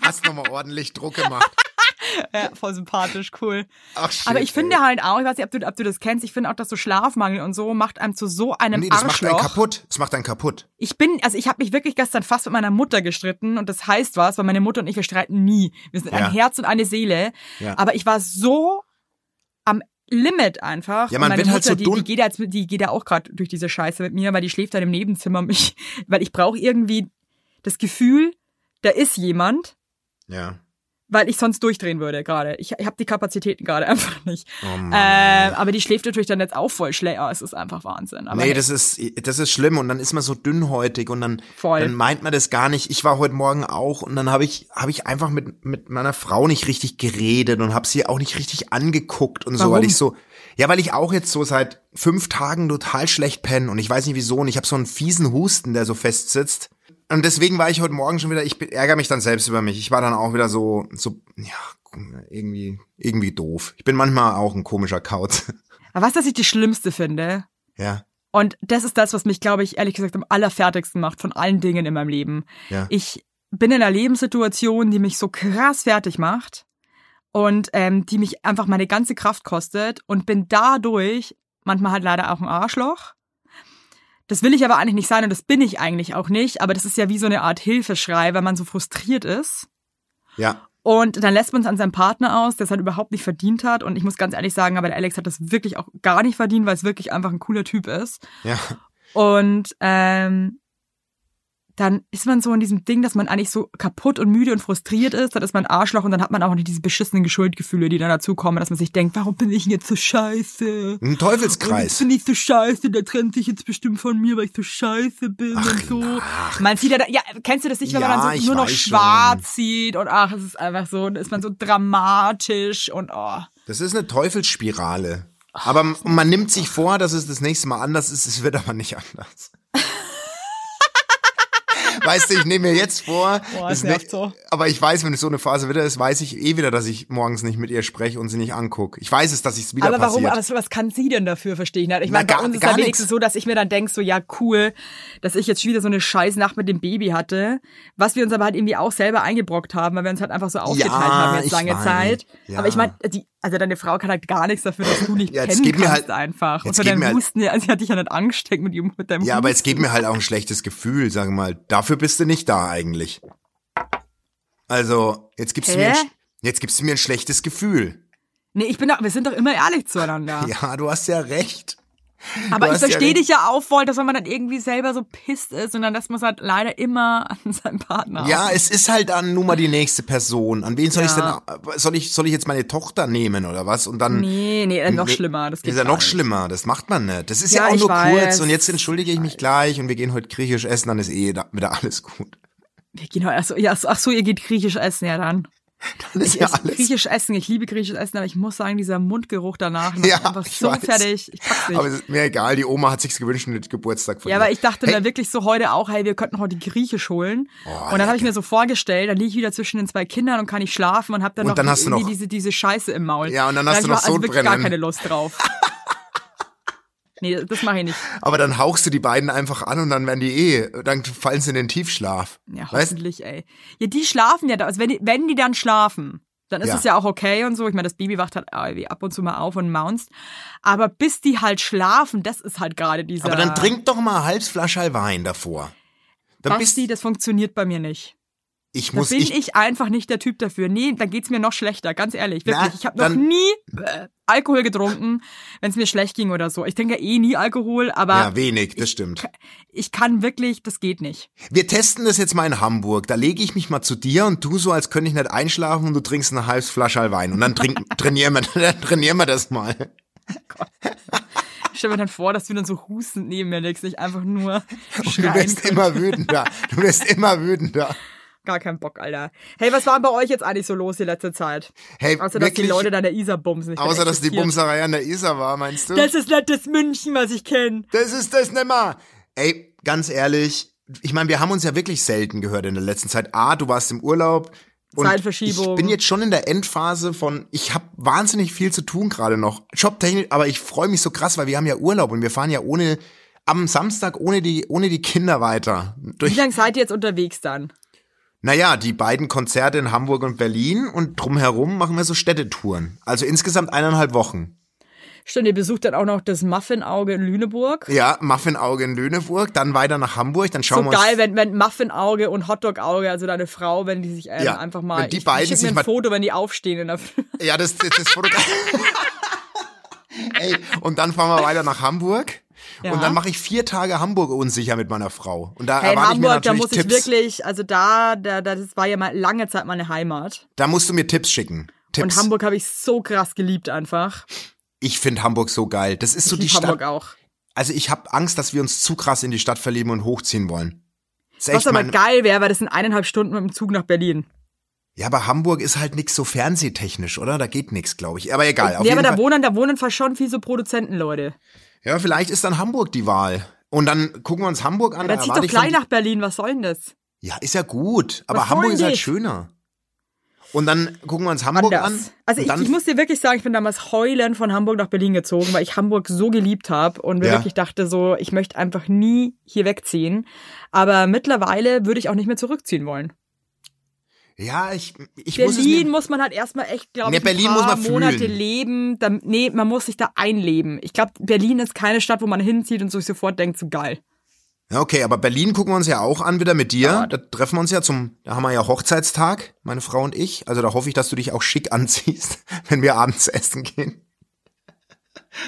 C: Hast nochmal ordentlich Druck gemacht.
B: ja, voll sympathisch, cool.
C: Ach, shit,
B: Aber ich finde
C: ey.
B: halt auch, ich weiß nicht, ob du, ob du das kennst, ich finde auch, dass so Schlafmangel und so macht einem zu so einem
C: Nee, das macht einen
B: Arschloch.
C: kaputt. Das macht einen kaputt.
B: Ich bin, also ich habe mich wirklich gestern fast mit meiner Mutter gestritten und das heißt was, weil meine Mutter und ich, wir streiten nie. Wir sind
C: Ja.
B: ein Herz und eine Seele.
C: Ja.
B: Aber ich war so am Limit einfach.
C: Ja, man
B: und meine
C: wird halt
B: Mutter,
C: so
B: die,
C: dun-
B: die geht ja jetzt, die geht ja auch gerade durch diese Scheiße mit mir, weil die schläft dann im Nebenzimmer und mich, weil ich brauche irgendwie das Gefühl, da ist jemand,
C: Ja.
B: weil ich sonst durchdrehen würde gerade. Ich, ich habe die Kapazitäten gerade einfach nicht.
C: Oh Mann.
B: Ähm, aber die schläft natürlich dann jetzt auch voll schlecht. Ja, es ist einfach Wahnsinn. Aber
C: nee, das ist, das ist schlimm und dann ist man so dünnhäutig und dann,
B: Voll.
C: dann meint man das gar nicht. Ich war heute Morgen auch und dann habe ich, hab ich einfach mit, mit meiner Frau nicht richtig geredet und habe sie auch nicht richtig angeguckt und so, weil
B: Warum?
C: ich so, ja, weil ich auch jetzt so seit fünf Tagen total schlecht penne und ich weiß nicht wieso und ich habe so einen fiesen Husten, der so fest sitzt. Und deswegen war ich heute Morgen schon wieder, ich be- ärgere mich dann selbst über mich. Ich war dann auch wieder so, so, ja, irgendwie, irgendwie doof. Ich bin manchmal auch ein komischer Kauz.
B: aber was, dass ich die Schlimmste finde?
C: ja,
B: Und das ist das, was mich, glaube ich, ehrlich gesagt am allerfertigsten macht von allen Dingen in meinem Leben.
C: ja.
B: Ich bin in einer Lebenssituation, die mich so krass fertig macht und ähm, die mich einfach meine ganze Kraft kostet und bin dadurch manchmal halt leider auch ein Arschloch. Das will ich aber eigentlich nicht sein und das bin ich eigentlich auch nicht, aber das ist ja wie so eine Art Hilfeschrei, wenn man so frustriert ist.
C: ja.
B: Und dann lässt man es an seinem Partner aus, der es halt überhaupt nicht verdient hat. Und ich muss ganz ehrlich sagen, aber der Alex hat das wirklich auch gar nicht verdient, weil es wirklich einfach ein cooler Typ ist.
C: Ja,
B: Und ähm, dann ist man so in diesem Ding, dass man eigentlich so kaputt und müde und frustriert ist. Dann ist man ein Arschloch und dann hat man auch nicht diese beschissenen Geschuldgefühle, die dann dazukommen, dass man sich denkt, warum bin ich denn jetzt so scheiße?
C: ein
B: Und jetzt
C: Teufelskreis.
B: bin ich so scheiße, der trennt sich jetzt bestimmt von mir, weil ich so scheiße bin und so. Man sieht ja, da, ja, kennst du das nicht, wenn
C: Ja,
B: man dann
C: ich
B: so nur noch
C: weiß
B: schwarz sieht und ach, es ist einfach so, dann ist man so dramatisch und oh.
C: Das ist eine Teufelsspirale. Aber m- man nimmt sich vor, dass es das nächste Mal anders ist, es wird aber nicht anders. weißt du, ich nehme mir jetzt vor,
B: Boah,
C: das
B: das nervt so.
C: aber ich weiß, wenn es so eine Phase wieder ist, weiß ich eh wieder, dass ich morgens nicht mit ihr spreche und sie nicht angucke. Ich weiß es, dass ich es wieder
B: Aber warum,
C: passiert.
B: aber was kann sie denn dafür, verstehe ich nicht. Ich
C: Na,
B: meine, bei
C: gar-
B: uns ist
C: gar
B: dann
C: nix.
B: wenigstens so, dass ich mir dann denk so, ja cool, dass ich jetzt schon wieder so eine scheiß Nacht mit dem Baby hatte, was wir uns aber halt irgendwie auch selber eingebrockt haben, weil wir uns halt einfach so aufgeteilt haben jetzt
C: ich
B: lange
C: weiß.
B: Zeit.
C: Ja.
B: Aber ich meine, die, also deine Frau kann halt gar nichts dafür, dass du nicht
C: Ja,
B: ja,
C: jetzt
B: pennen
C: gib mir
B: kannst
C: halt-
B: einfach. Und
C: jetzt
B: für
C: gib mir
B: deinen
C: halt-
B: Husten, also sie hat dich ja nicht angesteckt mit, ihrem- mit deinem
C: ja, aber
B: Husten.
C: es gibt mir halt auch ein schlechtes Gefühl, sage mal. Dafür bist du nicht da eigentlich. Also, jetzt gibst, du mir ein,
B: Hä?
C: sch- jetzt gibst du mir ein schlechtes Gefühl.
B: Nee, ich bin doch, wir sind doch immer ehrlich zueinander.
C: Ja, du hast ja recht.
B: aber
C: du
B: ich
C: hast ja
B: verstehe
C: recht.
B: dich ja auch voll, dass wenn man dann irgendwie selber so pisst ist und dann lässt man es halt leider immer an seinem Partner.
C: Ja, es ist halt dann nun mal die nächste Person. An wen soll
B: Ah. Ja.
C: ich denn, soll ich, soll ich jetzt meine Tochter nehmen oder was? Und dann.
B: Nee, nee, äh, noch schlimmer. Das geht
C: ist ja
B: gar
C: noch
B: nicht.
C: schlimmer. Das macht man nicht. Das ist ja,
B: Ja,
C: auch
B: ich
C: nur kurz.
B: weiß.
C: Und jetzt entschuldige ich mich gleich und wir gehen heute griechisch essen, dann ist eh da, wieder alles gut.
B: genau, also, Wir gehen heute, ach so, ja, ach so, ihr geht griechisch essen, ja dann.
C: Dann ist
B: Ich
C: ja
B: esse
C: alles.
B: griechisches Essen. Ich liebe griechisches Essen, aber ich muss sagen, dieser Mundgeruch danach macht
C: Ja,
B: einfach
C: ich
B: so
C: weiß.
B: fertig. Ich pack's nicht.
C: Aber es ist mir egal, die Oma hat sich's gewünscht und den Geburtstag von
B: Ja,
C: ihr.
B: aber ich dachte
C: hey,
B: mir wirklich so heute auch, hey, wir könnten heute griechisch holen. und dann habe ich mir so vorgestellt, dann liege ich wieder zwischen den zwei Kindern und kann nicht schlafen und habe dann
C: Und
B: noch,
C: dann hast du
B: irgendwie
C: noch-
B: diese, diese Scheiße im Maul.
C: Ja, und dann hast
B: hab
C: du
B: ich
C: noch
B: mal- also wirklich gar
C: Sodbrennen.
B: keine Lust drauf. nee, das mache ich nicht.
C: Aber dann hauchst du die beiden einfach an und dann werden die eh, dann fallen sie in den Tiefschlaf.
B: Ja,
C: weißt?
B: hoffentlich, ey. Ja, die schlafen ja da. Also wenn die, wenn die dann schlafen, dann ist
C: Ja.
B: es ja auch okay und so. Ich meine, das Baby wacht halt irgendwie ab und zu mal auf und maunst. Aber bis die halt schlafen, das ist halt gerade dieser.
C: Aber dann trink doch mal eine halbe Flasche Wein davor. Dann bist
B: Basti, das funktioniert bei mir nicht.
C: ich
B: Da
C: muss
B: bin
C: ich,
B: ich, einfach nicht der Typ dafür. Nee, da geht's mir noch schlechter, ganz ehrlich. Wirklich,
C: Na,
B: ich habe noch
C: dann-
B: nie äh, Alkohol getrunken, wenn es mir schlecht ging oder so. Ich trinke eh nie Alkohol, aber
C: ja wenig, das stimmt.
B: ich kann wirklich, das geht nicht.
C: Wir testen das jetzt mal in Hamburg. Da lege ich mich mal zu dir und du so, als könnte ich nicht einschlafen und du trinkst eine halbe Flasche Wein und dann trink, trainieren wir, dann trainieren wir das mal.
B: Ich stell mir dann vor, dass du dann so hustend neben mir liegst, nicht einfach nur
C: Du
B: schreien
C: wirst
B: können.
C: immer wütender. Du wirst immer wütender.
B: Gar keinen Bock, Alter. Hey, was war bei euch jetzt eigentlich so los die letzte Zeit?
C: Hey,
B: außer dass die
C: wirklich,
B: Leute da der Isar bumsen. Ich bin
C: außer
B: echt
C: dass die
B: schockiert.
C: Bumserei an der Isar war, meinst du?
B: Das ist nicht das München, was ich kenne.
C: Das ist das nimmer. Ey, ganz ehrlich, ich meine, wir haben uns ja wirklich selten gehört in der letzten Zeit. A, du warst im Urlaub. Und
B: Zeitverschiebung.
C: Ich bin jetzt schon in der Endphase von, ich habe wahnsinnig viel zu tun gerade noch. Jobtechnisch, aber ich freue mich so krass, weil wir haben ja Urlaub und wir fahren ja ohne, am Samstag ohne die, ohne die Kinder weiter.
B: Wie
C: Durch,
B: lange seid ihr jetzt unterwegs dann?
C: naja, die beiden Konzerte in Hamburg und Berlin und drumherum machen wir so Städtetouren. Also insgesamt eineinhalb Wochen.
B: Stimmt, ihr besucht dann auch noch das Muffinauge in Lüneburg.
C: Ja, Muffinauge in Lüneburg, dann weiter nach Hamburg, dann schauen
B: so
C: wir uns
B: geil, wenn, wenn Muffinauge und Hotdog-Auge, also deine Frau, wenn die sich ähm,
C: Ja,
B: einfach mal.
C: wenn die
B: ich,
C: beiden
B: ich schick
C: sich
B: mir
C: mal-
B: ein Foto, wenn die aufstehen. In der
C: Ja, das, das, das Foto. Ey, und dann fahren wir weiter nach Hamburg.
B: Ja.
C: Und dann mache ich vier Tage Hamburg unsicher mit meiner Frau. Und da
B: hey, in
C: erwarte ich mir
B: Hamburg, da
C: natürlich
B: muss ich
C: Tipps.
B: wirklich, also da, da, da, das war ja mal lange Zeit meine Heimat.
C: da musst du mir Tipps schicken. Tipps.
B: Und Hamburg habe ich so krass geliebt einfach.
C: ich finde Hamburg so geil. Das ist so die
B: Lieb Hamburg
C: Stadt.
B: auch.
C: Also ich habe Angst, dass wir uns zu krass in die Stadt verlieben und hochziehen wollen. Das ist
B: Was
C: echt
B: aber
C: mein,
B: geil wäre, weil das sind eineinhalb Stunden mit dem Zug nach Berlin.
C: ja, aber Hamburg ist halt nix so fernsehtechnisch, oder? Da geht nix, glaube ich. Aber egal. Auf
B: Nee, aber
C: jeden
B: da
C: Fall.
B: wohnen, da wohnen fast schon viel so Produzenten, Leute.
C: Ja, vielleicht ist dann Hamburg die Wahl. Und dann gucken wir uns Hamburg an.
B: Dann
C: da
B: zieht
C: erwarte
B: doch
C: ich von
B: gleich
C: dir-
B: nach Berlin, was soll denn das?
C: Ja, ist ja gut, aber
B: Was
C: Hamburg
B: wollen
C: ist halt
B: die?
C: schöner. Und dann gucken wir uns Hamburg an.
B: Anders. Also
C: und
B: ich,
C: dann,
B: ich muss dir wirklich sagen, ich bin damals heulend von Hamburg nach Berlin gezogen, weil ich Hamburg so geliebt habe und mir
C: Ja.
B: wirklich dachte so, ich möchte einfach nie hier wegziehen. Aber mittlerweile würde ich auch nicht mehr zurückziehen wollen.
C: Ja, ich, ich muss es
B: Berlin
C: mir,
B: muss man halt erstmal echt, glaube
C: Nee,
B: ich,
C: Berlin
B: ein
C: muss
B: paar
C: man fühlen.
B: Monate leben. Da, nee, man muss sich da einleben. Ich glaube, Berlin ist keine Stadt, wo man hinzieht und sich sofort denkt, so geil.
C: Ja, Okay, aber Berlin gucken wir uns ja auch an wieder mit dir. Da treffen wir uns ja zum, da haben wir ja Hochzeitstag, meine Frau und ich. Also da hoffe ich, dass du dich auch schick anziehst, wenn wir abends essen gehen.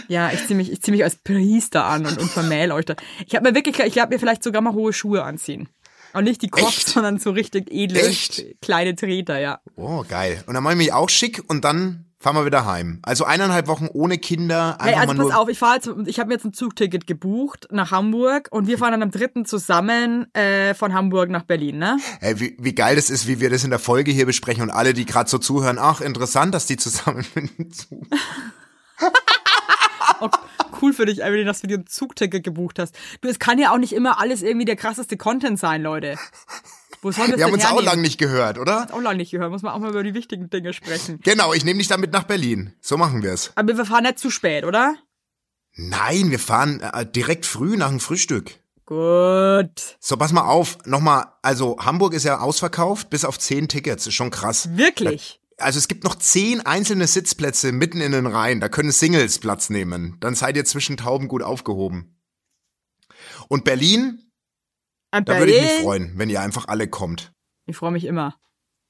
B: Ja, ich zieh mich, ich zieh mich als Priester an und, und vermähl euch da. Ich habe mir wirklich, ich glaube mir vielleicht sogar mal hohe Schuhe anziehen. Und nicht die Crocs,
C: Echt?
B: sondern so richtig edle,
C: Echt?
B: kleine Treter, ja.
C: Oh, geil. Und dann mache ich mich auch schick und dann fahren wir wieder heim. Also eineinhalb Wochen ohne Kinder. Einfach
B: Hey, also
C: mal
B: pass
C: nur,
B: auf, ich fahre jetzt, ich habe mir jetzt ein Zugticket gebucht nach Hamburg und wir fahren dann am dritten zusammen äh, von Hamburg nach Berlin, ne?
C: Ey, wie, wie geil das ist, wie wir das in der Folge hier besprechen und alle, die gerade so zuhören, ach, interessant, dass die zusammen mit dem Zug
B: Oh, cool für dich, Evelyn, dass du dir ein Zugticket gebucht hast. Du, es kann ja auch nicht immer alles irgendwie der krasseste Content sein, Leute. Wo sollen wir es
C: Wir haben
B: denn
C: uns auch
B: hernehmen?
C: lang nicht gehört, oder?
B: auch lange nicht gehört, muss man auch mal über die wichtigen Dinge sprechen.
C: Genau, ich nehme dich damit nach Berlin. So machen wir's.
B: Aber wir fahren nicht zu spät, oder?
C: Nein, wir fahren äh, direkt früh nach dem Frühstück.
B: Gut.
C: So, pass mal auf. Nochmal, also Hamburg ist ja ausverkauft, bis auf zehn Tickets. Ist schon krass.
B: Wirklich?
C: Also es gibt noch zehn einzelne Sitzplätze mitten in den Reihen. Da können Singles Platz nehmen. Dann seid ihr zwischen Tauben gut aufgehoben. Und Berlin,
B: An
C: da würde ich mich
B: Berlin?
C: freuen, wenn ihr einfach alle kommt.
B: Ich freue mich immer.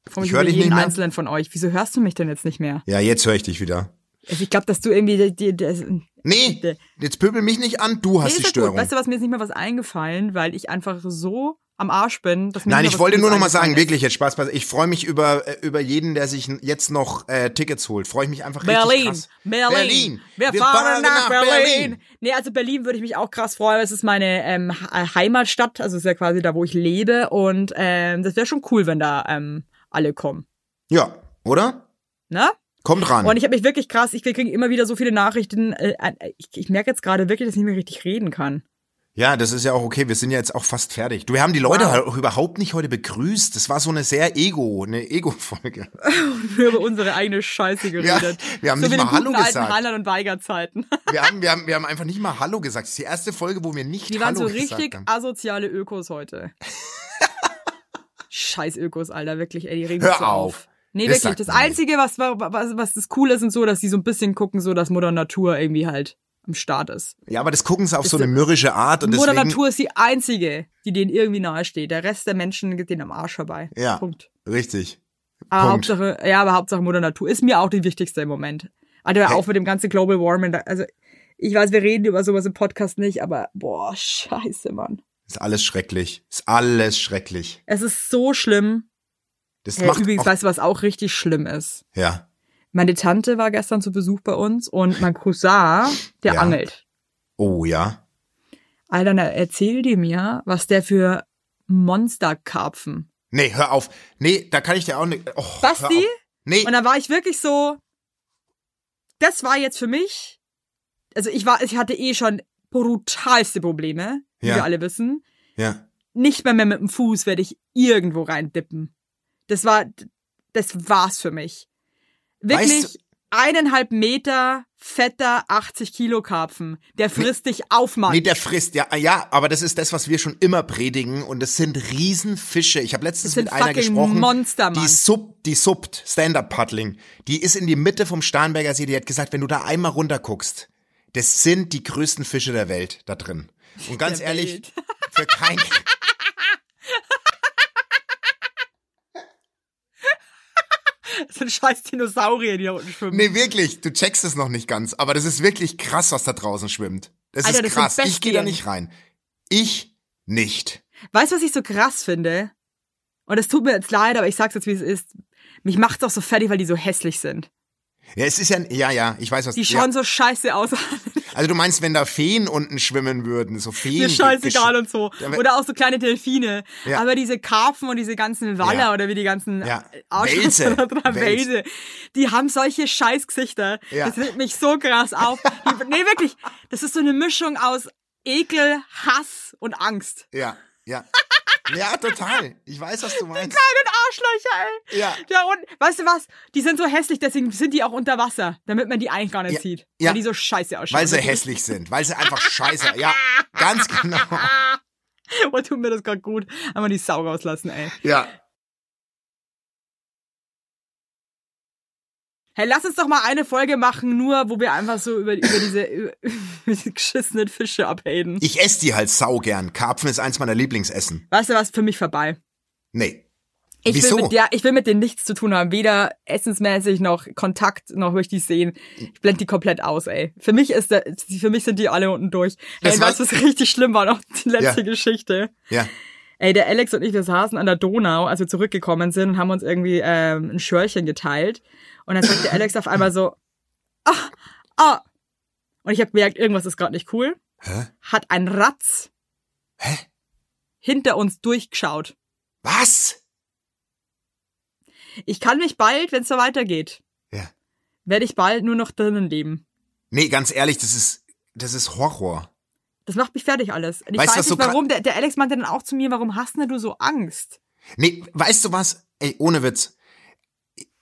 B: Ich freue mich
C: Ich
B: über
C: höre dich
B: jeden
C: nicht mehr.
B: einzelnen von euch. Wieso hörst du mich denn jetzt nicht mehr?
C: Ja, jetzt höre ich dich wieder.
B: Also ich glaube, dass du irgendwie die, die, die,
C: Nee, jetzt pöbel mich nicht an, du
B: Nee,
C: hast
B: ist
C: die
B: ja
C: Störung.
B: Gut. Weißt du was, mir ist nicht mal was eingefallen, weil ich einfach so am Arsch bin, dass mir
C: Nein,
B: nicht mal
C: ich
B: was
C: wollte
B: Gutes
C: nur noch mal
B: eingefallen
C: sagen, wirklich jetzt Spaß, Spaß. Ich freue mich über, äh, über jeden, der sich n- jetzt noch äh, Tickets holt. Freue ich mich einfach richtig
B: Berlin,
C: krass.
B: Berlin, Wir, fahren nach, Berlin. Nee, also Berlin würde ich mich auch krass freuen. weil Es ist meine ähm, Ha- Heimatstadt, also es ist ja quasi da, wo ich lebe. Und ähm, das wäre schon cool, wenn da ähm, alle kommen.
C: Ja, oder?
B: Ne?
C: Kommt ran.
B: Und ich habe mich wirklich krass, ich kriege immer wieder so viele Nachrichten. Äh, ich ich merke jetzt gerade wirklich, dass ich nicht mehr richtig reden kann.
C: Ja, das ist ja auch okay. Wir sind ja jetzt auch fast fertig. Du, wir haben die Leute halt auch überhaupt nicht heute begrüßt. Das war so eine sehr Ego, eine Ego-Folge.
B: Wir haben über unsere eigene Scheiße geredet.
C: wir haben
B: so
C: nicht
B: wie in den
C: mal Hallo
B: guten alten
C: gesagt.
B: Rheinland- und Weigerzeiten.
C: Wir haben, wir, haben, wir haben einfach nicht mal Hallo gesagt. Das ist die erste Folge, wo wir nicht
B: Die waren
C: Hallo
B: so
C: gesagt
B: richtig
C: haben.
B: asoziale Ökos heute. Scheiß Ökos, Alter, wirklich, ey, die regen
C: Hör
B: mich so auf.
C: auf.
B: Nee, wirklich.
C: Das sagt
B: Das
C: man nicht.
B: Einzige, was, was, was das cool ist und so, dass die so ein bisschen gucken, so dass Mutter Natur irgendwie halt am Start ist.
C: Ja, aber das gucken sie auf so eine mürrische Art und
B: Mutter
C: deswegen.
B: Natur ist die einzige, die denen irgendwie nahesteht. Der Rest der Menschen geht denen am Arsch vorbei.
C: Ja.
B: Punkt.
C: Richtig.
B: Aber
C: Punkt.
B: Ah, Hauptsache, ja, aber Hauptsache Mutter Natur ist mir auch die wichtigste im Moment. Alter,
C: Hey.
B: auch mit dem ganzen Global Warming. da- Also, ich weiß, wir reden über sowas im Podcast nicht, aber boah, scheiße, Mann.
C: Ist alles schrecklich. Ist alles schrecklich.
B: Es ist so schlimm.
C: Das
B: Hey,
C: macht
B: übrigens,
C: auch,
B: weißt du, was auch richtig schlimm ist?
C: ja.
B: Meine Tante war gestern zu Besuch bei uns und mein Cousin, der
C: Ja.
B: angelt.
C: Oh ja.
B: Alter, na, erzähl dir mir, was der für Monsterkarpfen.
C: Nee, hör auf. Nee, da kann ich dir auch nicht. Oh, hör
B: Basti?
C: auf. Nee,
B: Und dann war ich wirklich so, das war jetzt für mich, also ich war, ich hatte eh schon brutalste Probleme, wie
C: Ja.
B: wir alle wissen.
C: ja.
B: Nicht mehr, mehr mit dem Fuß werde ich irgendwo reindippen. Das war, das war's für mich. Wirklich
C: Weißt du-
B: eineinhalb Meter fetter 80 Kilo Karpfen. Der frisst dich auf, Mann.
C: Nee, der frisst, ja, ah, ja, aber das ist das, was wir schon immer predigen und das sind Riesenfische. Ich habe letztens
B: Das sind
C: mit einer
B: fucking
C: gesprochen,
B: Monster, Mann.
C: die sub, die subt, Stand-Up-Paddling, die ist in die Mitte vom Starnberger See, die hat gesagt, wenn du da einmal runter guckst, das sind die größten Fische der Welt da drin. Und ganz
B: Der
C: ehrlich,
B: Welt.
C: für kein,
B: das sind scheiß Dinosaurier, die da unten schwimmen.
C: nee, wirklich, du checkst es noch nicht ganz, aber das ist wirklich krass, was da draußen schwimmt. Das
B: Alter, das
C: ist
B: sind
C: krass. ich gehe da
B: Bestien.
C: nicht rein. Ich nicht.
B: Weißt du, was ich so krass finde? Und es tut mir jetzt leid, aber ich sag's jetzt, wie es ist. Mich macht's auch so fertig, weil die so hässlich sind.
C: Ja, es ist ja, ja, ja, ich weiß was.
B: Die
C: ja.
B: schauen so scheiße aus.
C: Also du meinst, wenn da Feen unten schwimmen würden, so Feen.
B: Mir scheißegal
C: gesch-
B: und so.
C: Ja, aber-
B: Oder auch so kleine Delfine.
C: Ja.
B: Aber diese Karpfen und diese ganzen Waller
C: Ja.
B: oder wie die ganzen
C: Ja.
B: Arschlöcher
C: Wälse.
B: da dran,
C: Wels-
B: Wälse, die haben solche Scheißgesichter.
C: Ja.
B: Das regt mich so krass auf. Die- nee, wirklich. Das ist so eine Mischung aus Ekel, Hass und Angst.
C: Ja, ja. Ja, total. Ich weiß, was du meinst.
B: Kleinen Arschlöcher, ey.
C: Ja.
B: Ja, und weißt du was? Die sind so hässlich, deswegen sind die auch unter Wasser, damit man die eigentlich gar nicht
C: Ja,
B: sieht.
C: ja.
B: Weil die so scheiße ausschauen.
C: Weil sie hässlich sind, weil sie einfach scheiße. Ja, ganz genau.
B: Oh, tut mir das gerade gut. Einmal die Sau rauslassen, ey.
C: Ja.
B: Hey, lass uns doch mal eine Folge machen, nur wo wir einfach so über, über diese über diese geschissenen Fische abhaden.
C: Ich esse die halt sau gern. Karpfen ist eins meiner Lieblingsessen.
B: Weißt du was? Für mich vorbei.
C: Nee.
B: Ich
C: Wieso?
B: will mit ja, ich will mit denen nichts zu tun haben, weder essensmäßig noch Kontakt noch will ich die sehen. Ich blende die komplett aus, ey. Für mich ist der, für mich sind die alle unten durch. Ey,
C: Das
B: und weißt du,
C: war-
B: was richtig schlimm war noch die letzte
C: Ja.
B: Geschichte.
C: Ja.
B: Ey, der Alex und ich, wir saßen an der Donau, als wir zurückgekommen sind und haben uns irgendwie ähm, ein Schörchen geteilt. Und dann sagt der Alex auf einmal so, ah, ah. Und ich habe gemerkt, irgendwas ist gerade nicht cool.
C: Hä?
B: Hat ein Ratz
C: Hä?
B: hinter uns durchgeschaut.
C: Was?
B: Ich kann mich bald, wenn es so weitergeht,
C: Ja.
B: werde ich bald nur noch drinnen leben.
C: Nee, ganz ehrlich, das ist das ist Horror.
B: Das macht mich fertig alles. Und ich
C: Weißt
B: weiß
C: du, was so
B: nicht
C: kra-
B: warum. Der, der Alex meinte dann auch zu mir, warum hast denn du so Angst?
C: Nee, weißt du was? Ey, ohne Witz.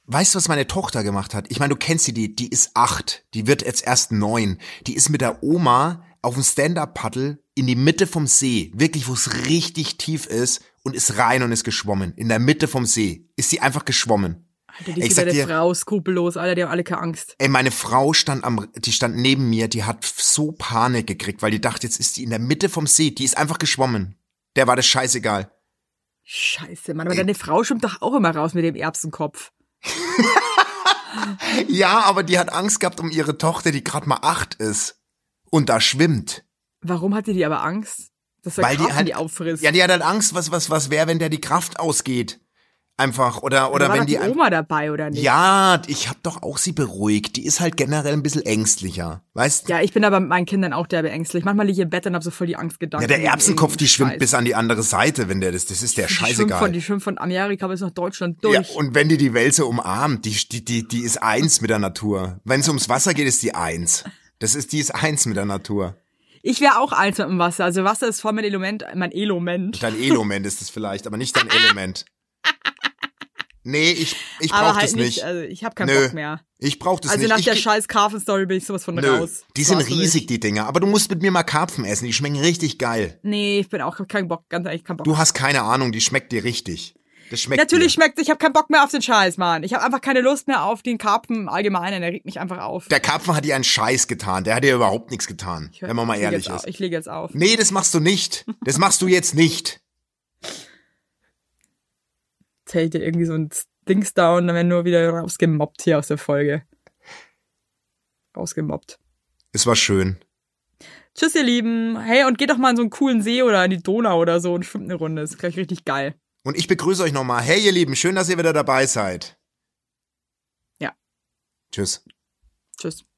C: Weißt du, was meine Tochter gemacht hat? Ich meine, du kennst sie, die, die ist acht. Die wird jetzt erst neun. Die ist mit der Oma auf dem Stand-Up-Paddle in die Mitte vom See. Wirklich, wo es richtig tief ist. Und ist rein und ist geschwommen. In der Mitte vom See ist sie einfach geschwommen.
B: Alter, die
C: Ich
B: ist
C: sag
B: wieder der
C: dir-
B: Frau, skrupellos, Alter, die haben alle keine Angst.
C: Ey, meine Frau stand am, die stand neben mir, die hat so Panik gekriegt, weil die dachte, jetzt ist die in der Mitte vom See. Die ist einfach geschwommen. Der war das scheißegal.
B: Scheiße, Mann, aber deine Frau schwimmt doch auch immer raus mit dem Erbsenkopf.
C: Ja, aber die hat Angst gehabt um ihre Tochter, die gerade mal acht ist und da schwimmt.
B: Warum hatte die aber Angst? Dass der
C: Weil die
B: Karpfen die,
C: halt-
B: auffrisst.
C: Ja, die hat halt Angst, was was was wäre, wenn der die Kraft ausgeht. Einfach, oder, oder
B: war
C: wenn
B: doch
C: die.
B: die
C: ein-
B: Oma dabei, oder nicht?
C: Ja, ich hab doch auch sie beruhigt. Die ist halt generell ein bisschen ängstlicher. Weißt du?
B: Ja, ich bin aber mit meinen Kindern auch derbe ängstlich. Manchmal liege ich im Bett und habe so voll die Angstgedanken.
C: Ja, der Erbsenkopf, die schwimmt
B: Scheiß.
C: bis an die andere Seite, wenn der das, das ist der
B: Die schwimmt, von,
C: scheißegal.
B: die schwimmt von Amerika bis nach Deutschland durch.
C: Ja, und wenn die die Wälse umarmt, die, die, die, die ist eins mit der Natur. Wenn es ums Wasser geht, ist die eins. Das ist, die ist eins mit der Natur.
B: ich wäre auch eins mit dem Wasser. Also Wasser ist voll mein Element, mein Element.
C: Dein Element ist es vielleicht, aber nicht dein Element. Nee, ich, ich
B: Aber
C: brauch
B: halt
C: das nicht.
B: Also ich habe keinen
C: Nö.
B: Bock mehr.
C: Ich brauch das
B: Also
C: nicht.
B: nach
C: ich
B: der
C: geh-
B: scheiß Carven-Story bin ich sowas von
C: Nö,
B: raus.
C: die sind
B: War's für mich.
C: riesig, die Dinger. Aber du musst mit mir mal Karpfen essen. Die schmecken richtig geil.
B: Nee, ich bin auch hab keinen Bock, ganz ehrlich, keinen Bock.
C: Du hast keine Ahnung, die schmeckt dir richtig. Das schmeckt
B: Natürlich
C: Dir.
B: schmeckt ich habe keinen Bock mehr auf den Scheiß, Mann. Ich habe einfach keine Lust mehr auf den Karpfen im Allgemeinen, der regt mich einfach auf.
C: Der Karpfen hat dir einen Scheiß getan. Der hat dir überhaupt nichts getan,
B: Ich hör-
C: wenn man mal
B: ich lege
C: ehrlich
B: jetzt
C: ist.
B: Auf, ich lege jetzt auf.
C: Nee, das machst du nicht. Das machst du jetzt nicht.
B: Zählt dir irgendwie so ein Dings da und dann werden nur wieder rausgemobbt hier aus der Folge. Rausgemobbt.
C: Es war schön.
B: Tschüss, ihr Lieben. Hey, und geht doch mal in so einen coolen See oder in die Donau oder so und schwimmt eine Runde. Ist gleich richtig geil.
C: Und ich begrüße euch nochmal. Hey, ihr Lieben, schön, dass ihr wieder dabei seid.
B: Ja.
C: Tschüss.
B: Tschüss.